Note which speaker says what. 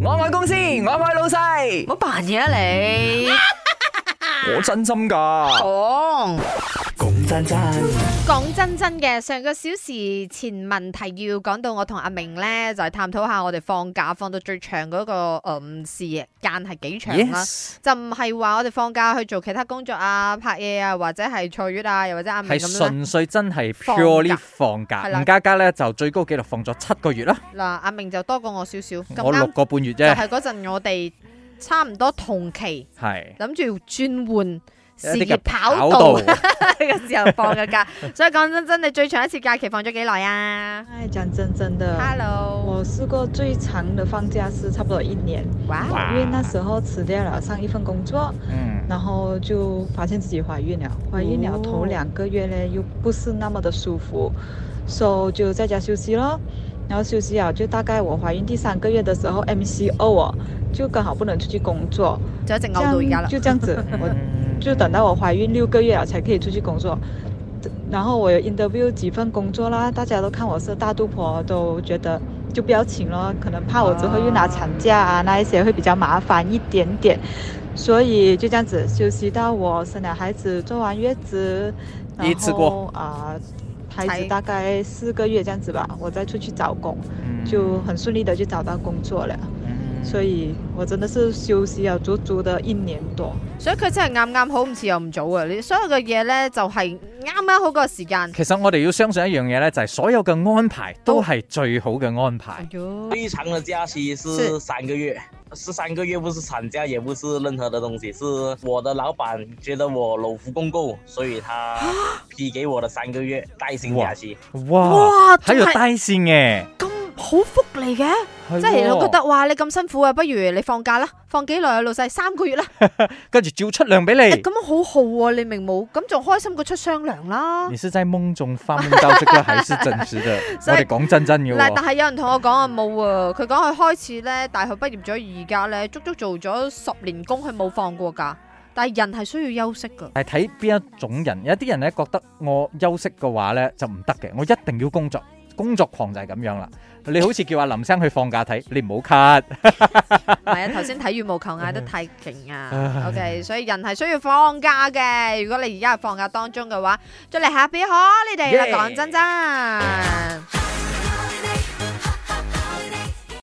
Speaker 1: 我爱公司，我爱老细
Speaker 2: 唔，好扮嘢啊你！
Speaker 1: 我真心噶。
Speaker 2: 講
Speaker 3: 講真真，
Speaker 4: 講真真嘅，上個小時前問題要講到我同阿明咧，就係探討下我哋放假放到最長嗰、個誒、嗯時間係幾長啦。
Speaker 1: Yes，
Speaker 4: 就唔係話我哋放假去做其他工作啊、拍嘢啊，或者係坐月啊，又或者阿明
Speaker 5: 係
Speaker 4: 咁啦。
Speaker 5: 純粹真係
Speaker 4: 放
Speaker 5: purely
Speaker 4: 假
Speaker 5: 放假
Speaker 4: 係，啦
Speaker 5: 吳家家咧就最高紀錄放咗七個月啦，
Speaker 4: 嗱，阿明就多過我少少，咁
Speaker 5: 我六
Speaker 4: 啱
Speaker 5: 個半月
Speaker 4: 就
Speaker 5: 啫，
Speaker 4: 係嗰陣我哋差唔多同期
Speaker 5: 係
Speaker 4: 諗住轉換事
Speaker 5: 一啲
Speaker 4: 業
Speaker 5: 嘅
Speaker 4: 跑 道
Speaker 5: 道。
Speaker 4: 嘅時候放嘅假，所以講真真，你最長一次假期放咗幾耐啊
Speaker 6: 哎，讲真真的，
Speaker 4: ？Hello，
Speaker 6: 我试过最长的放假是差不多一年，
Speaker 4: 哇，
Speaker 5: 哇
Speaker 6: 因为那时候辞掉了上一份工作，
Speaker 5: 嗯，
Speaker 6: 然后就发现自己怀孕了。怀孕了头两个月呢，又不是那么的舒服，所、so, 就在家休息咯。然后休息啊，就大概我怀孕第三个月的时候，MCO 哦，就刚好不能出去工作，
Speaker 4: 就一直
Speaker 6: 这
Speaker 4: 嘔到而家
Speaker 6: 样
Speaker 4: 啦。
Speaker 6: 就这样子， 我
Speaker 5: 嗯
Speaker 6: 就等到我怀孕六个月啊了才可以出去工作。然后我有 interview 几份工作啦，大家都看我是大肚婆，都觉得就不要请了，可能怕我之后又拿产假啊那一些会比较麻烦一点点，所以就这样子休息到我生了孩子，做完月子，然
Speaker 5: 一次过
Speaker 6: 后啊、孩
Speaker 4: 才
Speaker 6: 子大概四个月这样子吧，我再出去找工，
Speaker 5: 嗯
Speaker 6: 就很顺利的就找到工作了，
Speaker 5: 嗯
Speaker 6: 所以我真的是休息了足足的一年多。
Speaker 4: 所以佢真係啱啱好，唔遲又唔早啊！你所有嘅嘢咧，就係啱啱好個時間。
Speaker 5: 其實我哋要相信一樣嘢咧，就係所有嘅安排都係最好嘅安
Speaker 4: 哎
Speaker 5: 排。
Speaker 4: 喲，
Speaker 7: 最长的假期
Speaker 4: 哦是
Speaker 7: 是三个月，是三个月，不是产假，也不是任何的东西，是我的老板觉得我老夫公公，所以他批给我的三个月带薪假期。
Speaker 5: 哇
Speaker 2: 哇，
Speaker 5: 喺度
Speaker 2: 仲係
Speaker 5: 低線嘅，
Speaker 2: 咁好福利嘅，
Speaker 4: 即係
Speaker 5: 喎
Speaker 4: 我覺得哇，你咁辛苦啊，不如你放假啦，放幾耐啊，老細三個月啦，
Speaker 5: 跟住照出糧俾
Speaker 4: 誒
Speaker 5: 你。
Speaker 4: 咁好好喎，你明冇？咁仲開心過出雙糧啦。
Speaker 5: 你是在夢中發夢到這個，還是真實的？
Speaker 4: 所
Speaker 5: 我
Speaker 4: 以
Speaker 5: 哋講真真嘅
Speaker 4: 嗱，但
Speaker 5: 喎，
Speaker 4: 係有人同我講啊冇喎，佢講佢開始咧大學畢業咗而家咧，足足做咗十年工，佢冇放過假。但係人係需要休息噶，
Speaker 5: 係睇邊一種人。有啲人咧覺得我休息嘅話咧就唔得嘅，我一定要工作，工作狂就係咁樣啦。你好似叫阿林生去放假睇，你唔好 cut。
Speaker 4: 唔係啊！頭先睇羽毛球嗌 得太勁啊
Speaker 5: 唉
Speaker 4: ，OK，所以人係需要放假嘅。如果你而家係放假當中嘅話，祝你 happy holiday 啦！
Speaker 5: Yeah
Speaker 4: 講真真。